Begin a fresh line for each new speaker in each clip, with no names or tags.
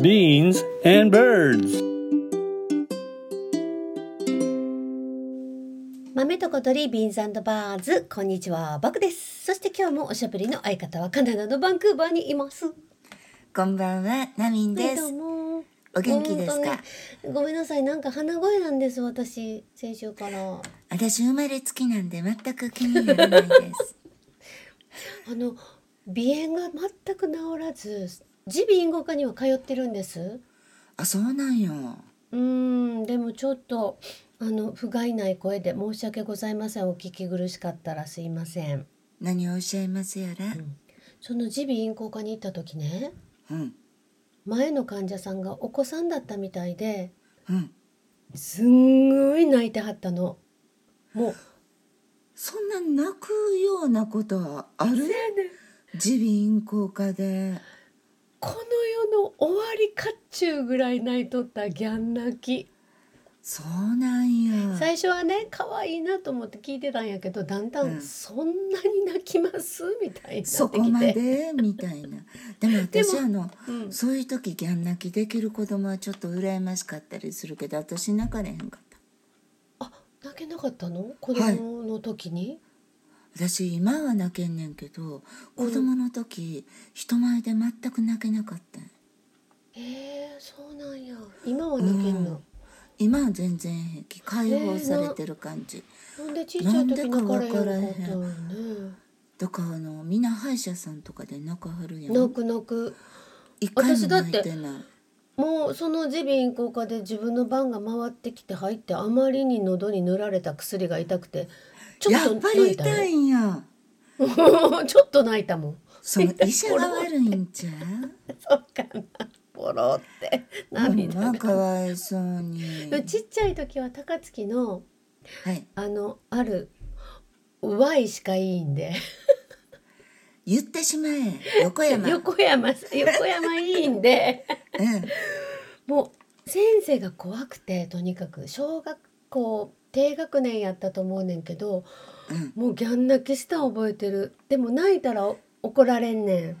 Beans and Birds
豆と小鳥ビーンズバーズこんにちはバクですそして今日もおしゃべりの相方はカナダのバンクーバーにいます
こんばんは、ナミン
はい
で
どう
す。
も
お元気ですか
本。当にごめんなさいなんか鼻声なんです私先週から
私生まれつきなんで全く気にならない です。
あの鼻炎が全く治らず耳鼻咽喉科には通ってるんです
あ、そうなんよ。
うーんでもちょっとあの不甲斐ない声で申し訳ございませんお聞き苦しかったらすいません
何をおっしゃいますやら。
その耳鼻咽喉科に行った時ね
うん、
前の患者さんがお子さんだったみたいで
うん。
すんごい泣いてはったのもう
そんな泣くようなことはある耳鼻咽喉科で。
この世の終わりかっちゅうぐらい泣いとったギャン泣き
そうなんや。
最初はね可愛いなと思って聞いてたんやけどだんだ
うん
んそんなに泣きますみたいにな
そ
って
こ
き
ま
て、
でみたいな。でも私
でも
あの、
うん
そういう時ギャン泣きできる子供はちょっと羨ましかったりするけど、私泣かれへんかった。
あ泣けなかったの子供の時に、
私今は泣けんねんけど子供の時、人前で全く泣けなかったん
えー、そうなんや今は泣けんの、
今は全然平気解放されてる感じ、
なんでちっちゃい時泣かれへんかった
なん
ん
でかわからへ
よね
とかあのみんな歯医者さんとかで泣かはるや
泣
ん
く泣く
一回も
私だっ
泣い
て
てない
もうその耳鼻咽喉科で自分の番が回ってきて入ってあまりに喉に塗られた薬が痛くてちょっ
や
と
っぱ
泣
り
いた
痛
よ
いんや
ちょっと泣いたもん
その医者が悪いんちゃう
そうかなポロって涙
ま
が、
あかわいそうに
でもちっちゃい時は高槻の
はい
あのある Y しかいいんで
言ってしまえ横山うん
横山さん横山いいんでもう先生が怖くてとにかく小学校低学年やったと思うねんけど
うん
もうギャン泣きした覚えてるでも泣いたらお怒られんね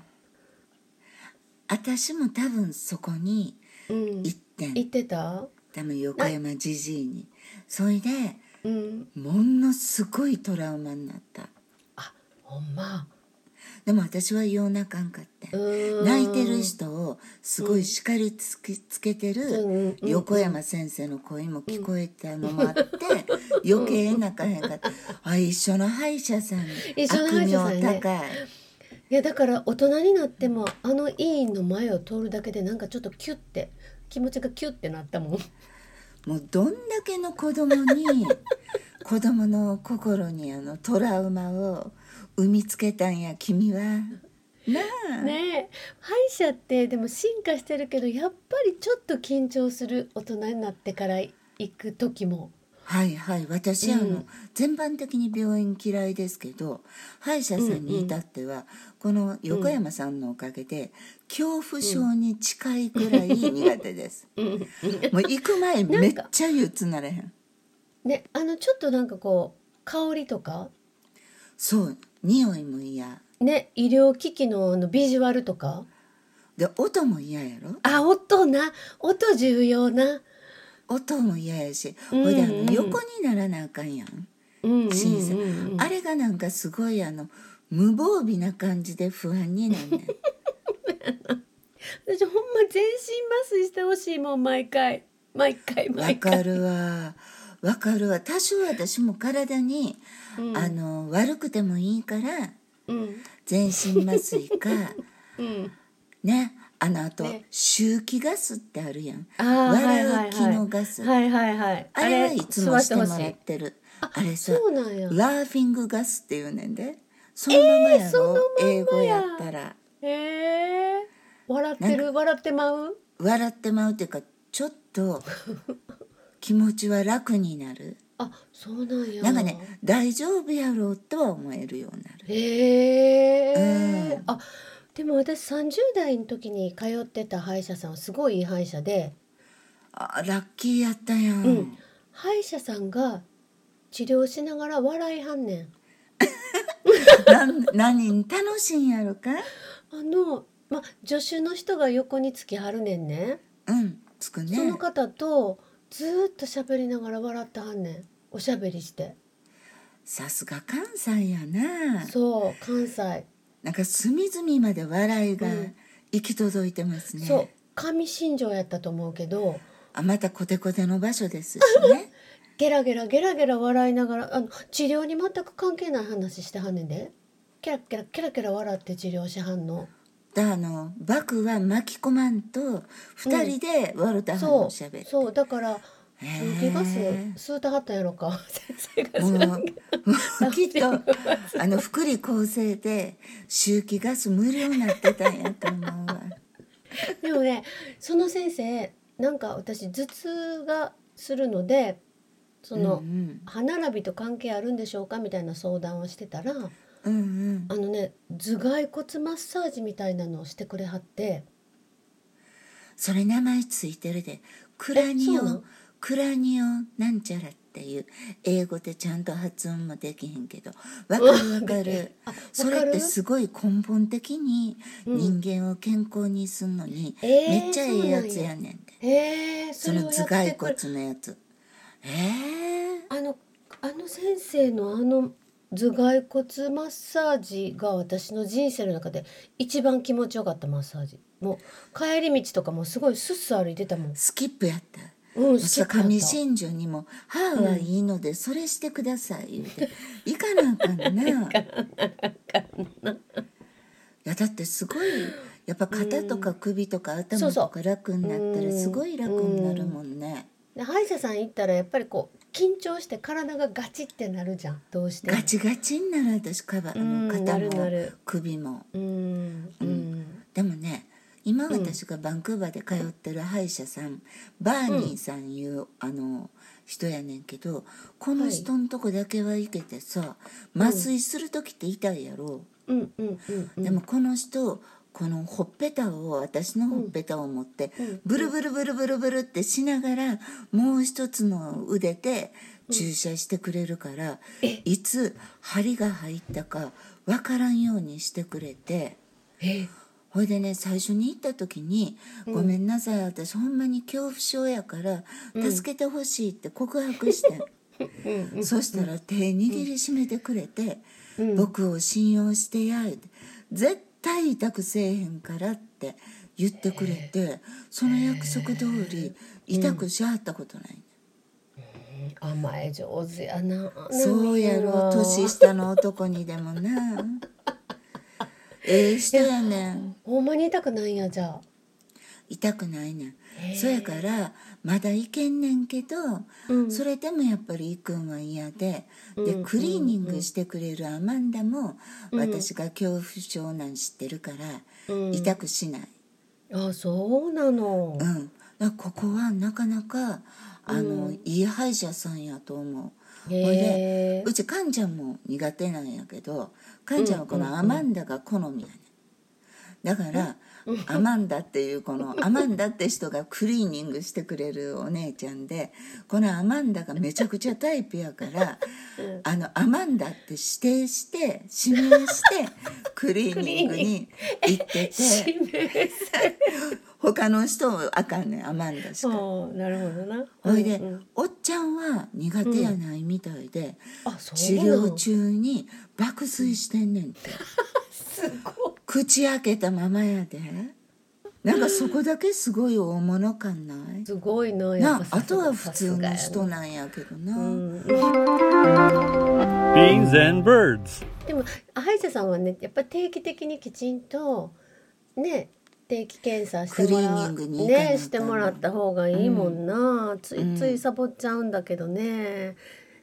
私も多分そこに
んうん
行ってん
言ってた
多分横山じじいにそれで
うん
ものすごいトラウマになった
あほんま
でも私は言わなあかんかって
うーん
泣いてる人をすごい叱りつけつけて
うんうん
る
うん
横山先生の声も聞こえたの もあって余計泣かへんかったあ一緒の歯医者さん
一緒の歯医者さんやね
悪名高い
いやだから大人になってもあの委員の前を通るだけでなんかちょっとキュッて気持ちがキュッてなったもん
もうどんだけの子供 に子供の心にあのトラウマを産みつけたんや君はなあ、
ねえ歯医者ってでも進化してるけどやっぱりちょっと緊張する大人になってから行く時も
はいはい私、あの全般的に病院嫌いですけど歯医者さんに至っては、この横山さんのおかげで、恐怖症に近いくらい苦手です、もう行く前めっちゃ憂鬱なれへん
ねあのちょっとなんかこう香りとか
そう匂いも嫌
ね医療機器のあのビジュアルとか
で音も嫌やろ
あ音な音重要な、
音も嫌やし、
うん
ほいであの横にならなあかんやん
うんうんうんうん
審査、
うん
あれがなんかすごいあの無防備な感じで不安になんねん
私ほんま全身麻酔してほしいもん毎回毎回
わ
毎
か
回
るわわかるわ多少私も体に、
うん
あの悪くてもいいから
うん
全身麻酔 か
うん
ねあのあと、
ね
臭気ガスってあるやん
あーはいはい
笑う気のガス、
はいはいはい
あれはいつもしてもら
吸わ
っ
ほ
てるあれさ
そうなんや
ラーフィングガスっていうねんでそのままや
そのま
ろ、
まや
英語やったら
いへえ笑ってる笑ってまう
笑ってまうっていうかちょっ と気持ちは楽になる
あそうなんや
なんかね大丈夫やろうとは思えるようになる
へえ、
うん
あでも私30代の時に通ってた歯医者さんはすごいいい歯医者で、
あラッキーやったやん、
うん歯医者さんが治療しながら笑いはんねん
なん何楽しいんやろか
あのまあ助手の人が横につきはるねんね
うんつく
そ
ね
の方とずーっと喋りながら笑ってはんねんおしゃべりして
さすが関西やな
そう関西、
なんか隅々まで笑いが
うん
行き届いてますね、
そう上新庄やったと思うけど
あまたコテコテの場所ですしね
ゲラゲラゲラゲラ笑いながらあの治療に全く関係ない話してはんねんでケラケラケラケラ笑って治療しはんの
だあのバクは巻き込まんと二人でワルターハン
そ
の
う
しゃべる、
そうだから
へ
その
ー
気がす吸うたはったんやろか 先生が
もう
吸
もうきっとあの福利厚生で周期ガス無料になってたんやと思うわ
でもねその先生なんか私頭痛がするのでその、
うん
歯並びと関係あるんでしょうかみたいな相談をしてたら
うん、うん
あのね頭蓋骨マッサージみたいなのをしてくれはって
それ名前ついてるでクラニ
えそうな
オ
の
クラニオなんちゃらっていう英語でちゃんと発音もできへんけどわかるわかる
あわかる
それってすごい根本的に人間を健康にすんのに、
えー
めっちゃええやつやねんで、
えー、そ
そ
れ
の
をや
頭
って
蓋
くれ
骨のやつええ
あのあの先生のあの頭蓋骨マッサージが私の人生の中で一番気持ちよかったマッサージもう帰り道とかもすごいスッス歩いてたもん
スキップやった
うん
そしたら上新庄にも「歯はいいのでそれしてください」言うて「行かなあか んな」いやだってすごいやっぱ肩とか首とか頭とか楽になったらすごい楽になるもんね
で歯医者さん行ったらやっぱりこう緊張して体がガチってなるじゃんどうしても
ガチガチになる私かばあ
うん
の肩
なるな
も
る
首も
うんうん
でもね今私がバンクーバーで通ってる歯医者さんバーニーさんいう、あの人やねんけどこの人んとこだけは行けてさ麻酔する時って痛いやろ、
うんうんうんうん
でもこの人このほっぺたを私のほっぺたを持って、ブルブルブルブルブルってしながらもう一つの腕で注射してくれるから、いつ針が入ったかわからんようにしてくれて。
え
ほいでね最初に行った時に「ごめんなさい私ほんまに恐怖症やから助けてほしい」って告白 して、ん、そしたら手握りしめてくれて「僕を信用してや」って「絶対痛くせえへんから」って言ってくれてその約束通り痛くしはったことない、
甘え上手やな
そうやろ年下の男にでもな ええ人やねん。
ほんまに痛くないんやじゃあ
痛くないねんそやからまだ行けんねんけど、それでもやっぱり行くんは嫌で、でクリーニングしてくれるアマンダも、私が恐怖症なん知ってるから、痛くしない、
あそうなの
うん、だからここはなかなかあの、いい歯医者さんやと思う、
へー
ほいでうちカンちゃんも苦手なんやけどカンちゃんはこのアマンダが好みやね、んだからアマンダっていうこのアマンダって人がクリーニングしてくれるお姉ちゃんでこのアマンダがめちゃくちゃタイプやから、あのアマンダって指定して指名してクリーニングに行ってて。
指名
他の人もあかんねんアマンダしか。
そうなるほどな
ほいで、
うんうん
おっちゃんは苦手やないみたいで、
あそう
治療中に爆睡してんねんって、
すごい
口開けたままやでなんかそこだけすごい大物感ない
すごいなやっ
な
ぱさ
あ
す
と
が
は普通の
さすが
人
や
なんやけどな、
Beans and birds.
でも歯医者さんはねやっぱり定期的にきちんとね定期検査してもらう
クリーニングに行かなあかん
ねしてもらった方がいいもんな、ついついサボっちゃうんだけどね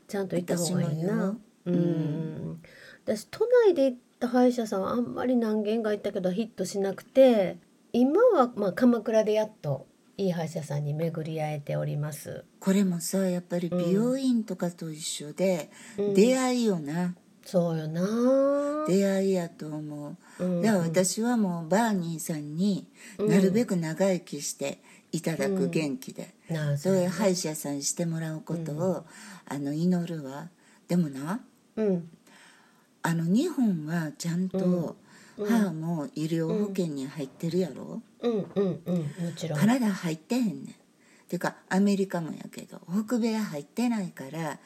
ちゃんと行った方がいい
私も
な
よ
うん、私都内で行った歯医者さんはあんまり何軒か行ったけどヒットしなくて今は、まあ、鎌倉でやっといい歯医者さんに巡り会えております
これもさやっぱり美容院とかと一緒で、出会いよな
そうよな
出会いやと思う、
うん
だから私はもうバーニーさんになるべく長生きしていただく元気で、
なあ
そういう歯医者さんしてもらうことを、あの祈るわでもな
うん
あの日本はちゃんと、歯も医療保険に入ってるやろ、
うんうんうんもちろん。
カナダ入ってへんねんてかアメリカもやけど北米入ってないから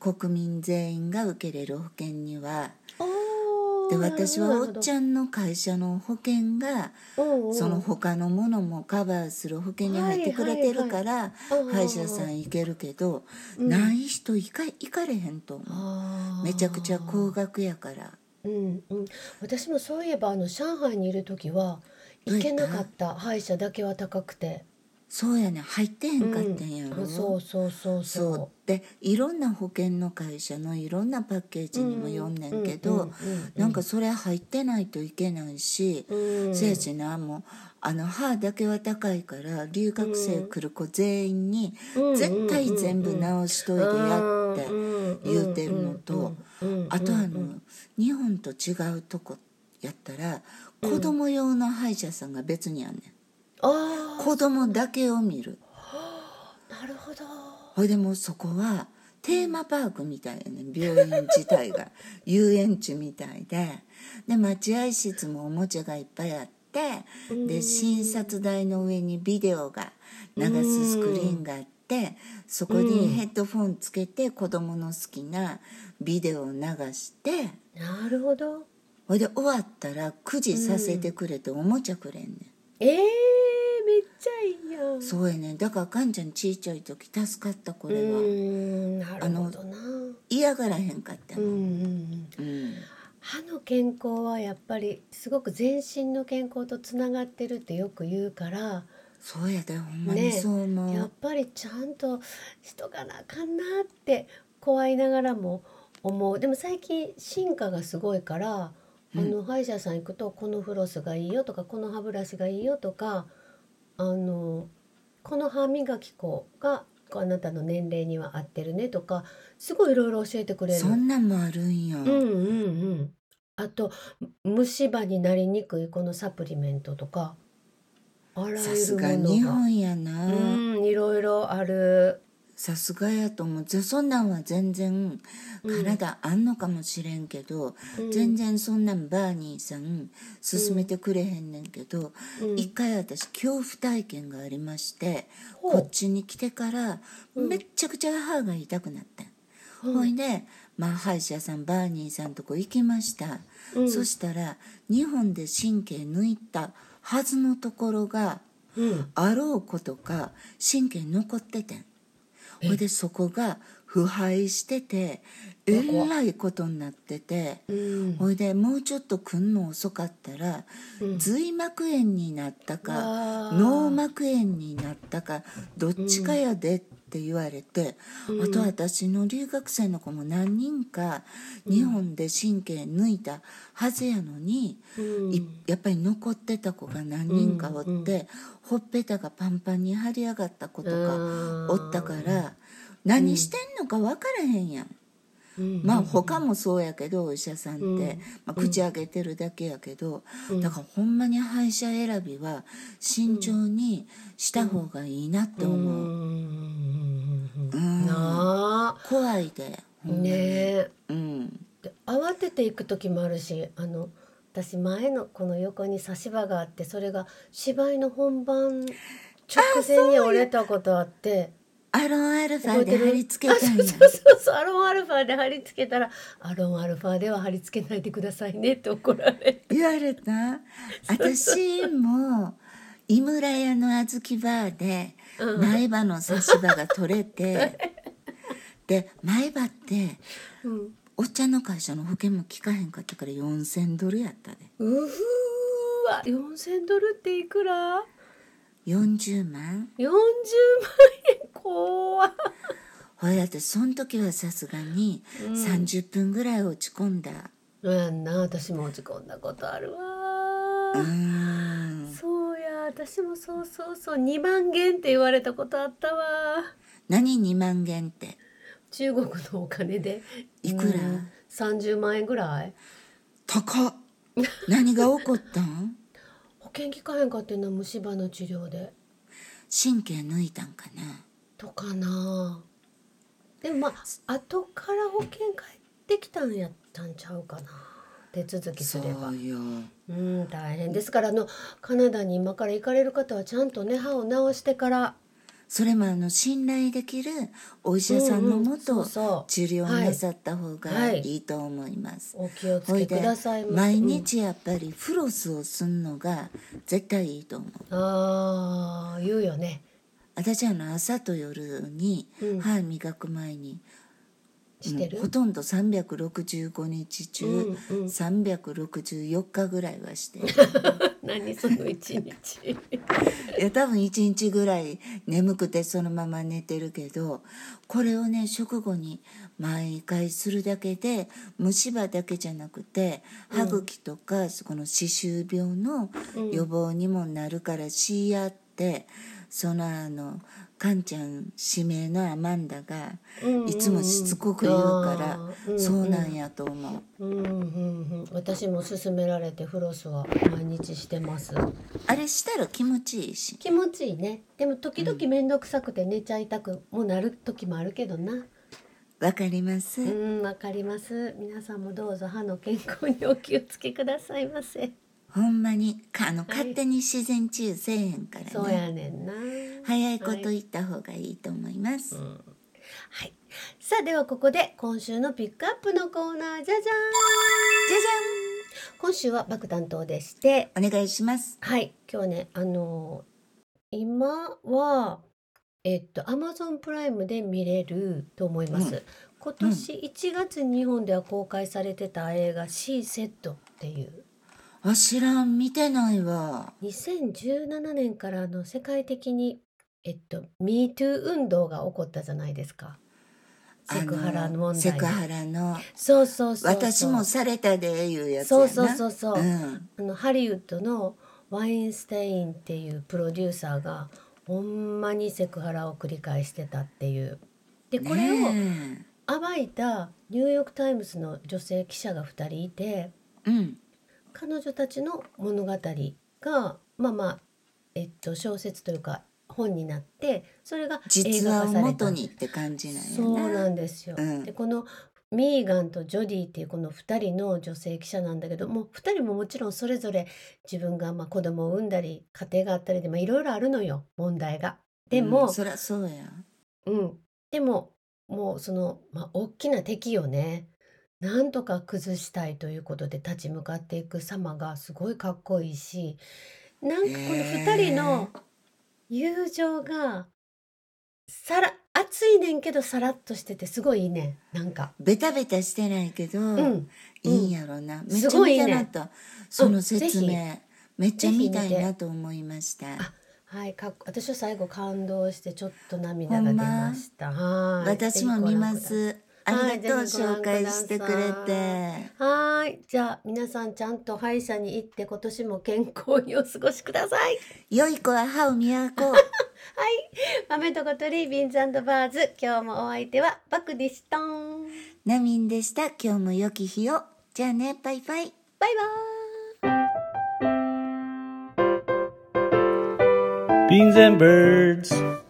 国民全員が受けれる保険には
おー
で私はおっち
なる
ゃんの会社の保険が
ほどおうおう
その他のものもカバーする保険に入ってくれてるから
はいはいはい
歯医者さん行けるけど
うん
ない人行か行かれへんと思
あ
う
ー
めちゃくちゃ高額やから
うんうん、私もそういえばあの上海にいる時は行けなかった歯医者だけは高くて、
そうやねん入ってへんかってんや
う
ろ
んそうそうそうそう
そうでいろんな保険の会社のいろんなパッケージにも読んねんけ
うんうん
ど
うんうん
なんかそれ入ってないといけないし、
うん
せやしなもうあの歯だけは高いから留学生来る子全員に
うん
絶対全部直しといてやって言うてるのとあとあの日本と違うとこやったら子供用の歯医者さんが別にあんねん
あ
子供だけを見る
あなるほど
ほいでもうそこはテーマパークみたいやね病院自体が遊園地みたいでで待合室もおもちゃがいっぱいあってで診察台の上にビデオが流すスクリーンがあってそこにヘッドフォンつけて子供の好きなビデオを流して
なるほど
ほいで終わったらくじさせてくれておもちゃくれんねん。
えー、めっちゃいいやん
そうやねんだからかんちゃんちいちゃい時助かったこ
う
れは、
んなるほどな
嫌がらへんかった
うんう
の、
んうん
うん
歯の健康はやっぱりすごく全身の健康とつながってるってよく言うから
そうやでほんま
ね
にそう思う、
やっぱりちゃんとしとかなあかんなって怖いながらも思うでも最近進化がすごいから、あの歯医者さん行くとこのフロスがいいよとかこの歯ブラシがいいよとかあのこの歯磨き粉があなたの年齢には合ってるねとかすごいいろいろ教えてくれる。
そんなんもあるんよ、
うんうんうん。あとむ虫歯になりにくいこのサプリメントとかあらゆるものが
さすが日本やな、
うんいろいろある。
さすがやと思うぜそんなんは全然カナダあんのかもしれんけど、
うん
全然そんなんバーニーさん勧めてくれへんねんけど、
うん
一回私恐怖体験がありまして、
ほう
こっちに来てからめっちゃくちゃ歯が痛くなってん、ほいで、まあ、歯医者さんバーニーさんとこ行きました、そしたら日本で神経抜いたはずのところが
うん
あろうことか神経残っててんほいでそこが腐敗しててえらいことになってて、
うん
ほいでもうちょっと来んの遅かったら、髄膜炎になったか
あー
脳膜炎になったかどっちかやでって言われて、あと私の留学生の子も何人か日本で神経抜いたはずやのに、いやっぱり残ってた子が何人かおって、ほっぺたがパンパンに張り上がった子とかおったから何してんのか分からへんやん。まあ他もそうやけどお医者さんって、まあ、口開けてるだけやけど、だからほんまに歯医者選びは慎重にした方がいいなって思
う
う、
ん
うん
なあ
怖いでほんまに、
ねえ
うん
で慌てていく時もあるしあの私前のこの横に差し歯があってそれが芝居の本番直前に折れたことあって。
アロンアルフ
覚
ァ
えて
で
る
貼り付けたんや
あそうそうそうそうアロンアルファで貼り付けたらアロンアルファでは貼り付けないでくださいねって怒られ
言われた私も井村屋の小豆バーで前歯の差し歯が取れて で前歯って
うん
おっちゃんの会社の保険も効かへんかったから4,000ドルやったで
うふーわ4000ドルっていくら
40万
?40 万円怖っ
ほいだってその時はさすがに30分ぐらい落ち込んだ
うんな私も落ち込んだことあるわ
うーん
そうや私もそうそうそう2万元って言われたことあったわ
何2万元って
中国のお金で
いくら
うん30万円ぐらい
高 っ何が起こったん
保険効かへんかってんな虫歯の治療で。
神経抜いたん かな
とかなでもまあ後から保険帰ってきたんやったんちゃうかな手続きす
そ
れば
うよ
うん大変ですからあのカナダに今から行かれる方はちゃんとね歯を治してから
それもあの信頼できるお医者さんのも
うんう
と
んそうそう
治療なさった方
は
が
い
いいと思います。
お気をつ
ほ
け
い
く
で
ださいませ
毎
うん
日やっぱりフロスをすんのが絶対いいと思う。
ああ言うよね
私あの朝と夜に
うん
歯磨く前に、
して
も
る
うほとんど365日中、
うんうん
364日ぐらいはしてる
何その一日
いや多分1日ぐらい眠くてそのまま寝てるけどこれをね食後に毎回するだけで虫歯だけじゃなくて歯茎とか、この歯周病の予防にもなるからしやってそのあのカンちゃん指名のアマンダが
うんうん
いつもしつこく言うから、
あーうんうん
そうなんやと思う。
うんうんうん私も勧められてフロスは毎日してます
あれしたら気持ちいいし
気持ちいいねでも時々面倒くさくて寝ちゃいたくもなる時もあるけどな
わかります、
うんわかります皆さんもどうぞ歯の健康にお気をつけくださいませ
ほんまにかあの勝手に自然治癒せえへんからね、
そうやねんな
早いこと言った方がいいと思います、
はいさあではここで今週のピックアップのコーナーじゃじゃーん
じゃ
今週は爆担当でして
じゃんお願いします
はい今日ねあのー今はえっと Amazon プライムで見れると思います、
うん
今年1月に日本では公開されてた映画「シーセット」っていう
あ知らん見てないわ
2017年からあの世界的にえっと MeToo 運動が起こったじゃないですかセクハラの問
あ
題
セクハラの
そうそうそうそう
私もされたでいうやつや
そ
な
うそうそうそう、
うん、
あのハリウッドのワインステインっていうプロデューサーがほんまにセクハラを繰り返してたっていうでこれを
ね
暴いたニューヨーク・タイムズの女性記者が2人いて
えうん
彼女たちの物語がまあまあ、えっと、小説というか本になってそれが映
実
画
話
化
を
された
元
ん
に
で
っ
す
て感じなんやな
そうなんですよ、
うん
でこのミーガンとジョディっていうこの2人の女性記者なんだけどもう2人ももちろんそれぞれ自分がまあ子供を産んだり家庭があったりでまあいろいろあるのよ問題が。で
う
も
ん、そりゃそうや
うんでももうその、まあ、大きな敵をねなんとか崩したいということで立ち向かっていく様がすごいかっこいいしなんかこの2人の友情がさら熱いねんけどさらっとしててすごいいいねんなんか。
ベタベタしてないけど、
うん、
いいんやろな、めっ
す
ちゃ
ごい
見
いい
た
ね
なと、その
ぜ
説
ひ
明めっちゃ見たい
ぜひ
なと思いました
はい、かっこ私は最後感動してちょっと涙が出ました。はい、
私も見ま
ぜ
すあ
はい
りがとう
ぜひご覧
紹
ください
介してくれて
ひご覧ください。はい、じゃあ皆さんちゃんと歯医者に行って今年も健康にお過ごしください。
良い子は歯を磨こう
豆と小鳥ビーンズバーズ、今日もお相手はバクでした。バイ
ナミンでした今日も良き日をじゃあねバイバイ
バイ。
Beans and birds.